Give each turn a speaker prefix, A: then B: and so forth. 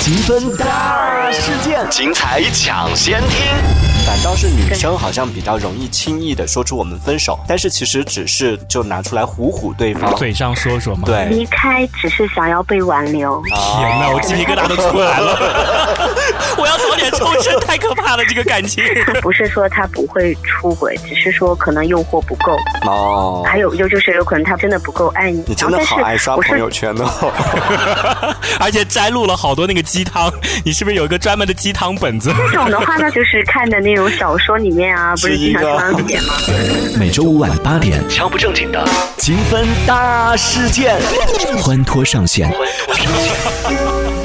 A: 积分大事件，
B: 精彩抢先听。
A: 反倒是女生好像比较容易轻易的说出我们分手，但是其实只是就拿出来唬唬对方。
C: 嘴上说说嘛。
A: 对，
D: 离开只是想要被挽留。
A: 啊
C: 天哪，我鸡皮疙瘩都出来了， 我要早点抽身，太可怕了，这个感情。
D: 不是说他不会出轨，只是说可能诱惑不够，
A: 哦，
D: 还有就就是有可能他真的不够爱你。啊
A: 你真的好爱刷朋友
D: 圈。
A: 圈哦。
C: 而且摘录了好多那个鸡汤，你是不是有一个专门的鸡汤本子？
D: 这种的话呢，就是看的那种小说里面啊，不
A: 是
D: 是
A: 一
D: 经
A: 个
D: 常看到点吗？
E: 每周五晚八点，
B: 敲不正经的，
A: 积分大事件。
E: 欢脱上线。
B: 欢脱上线。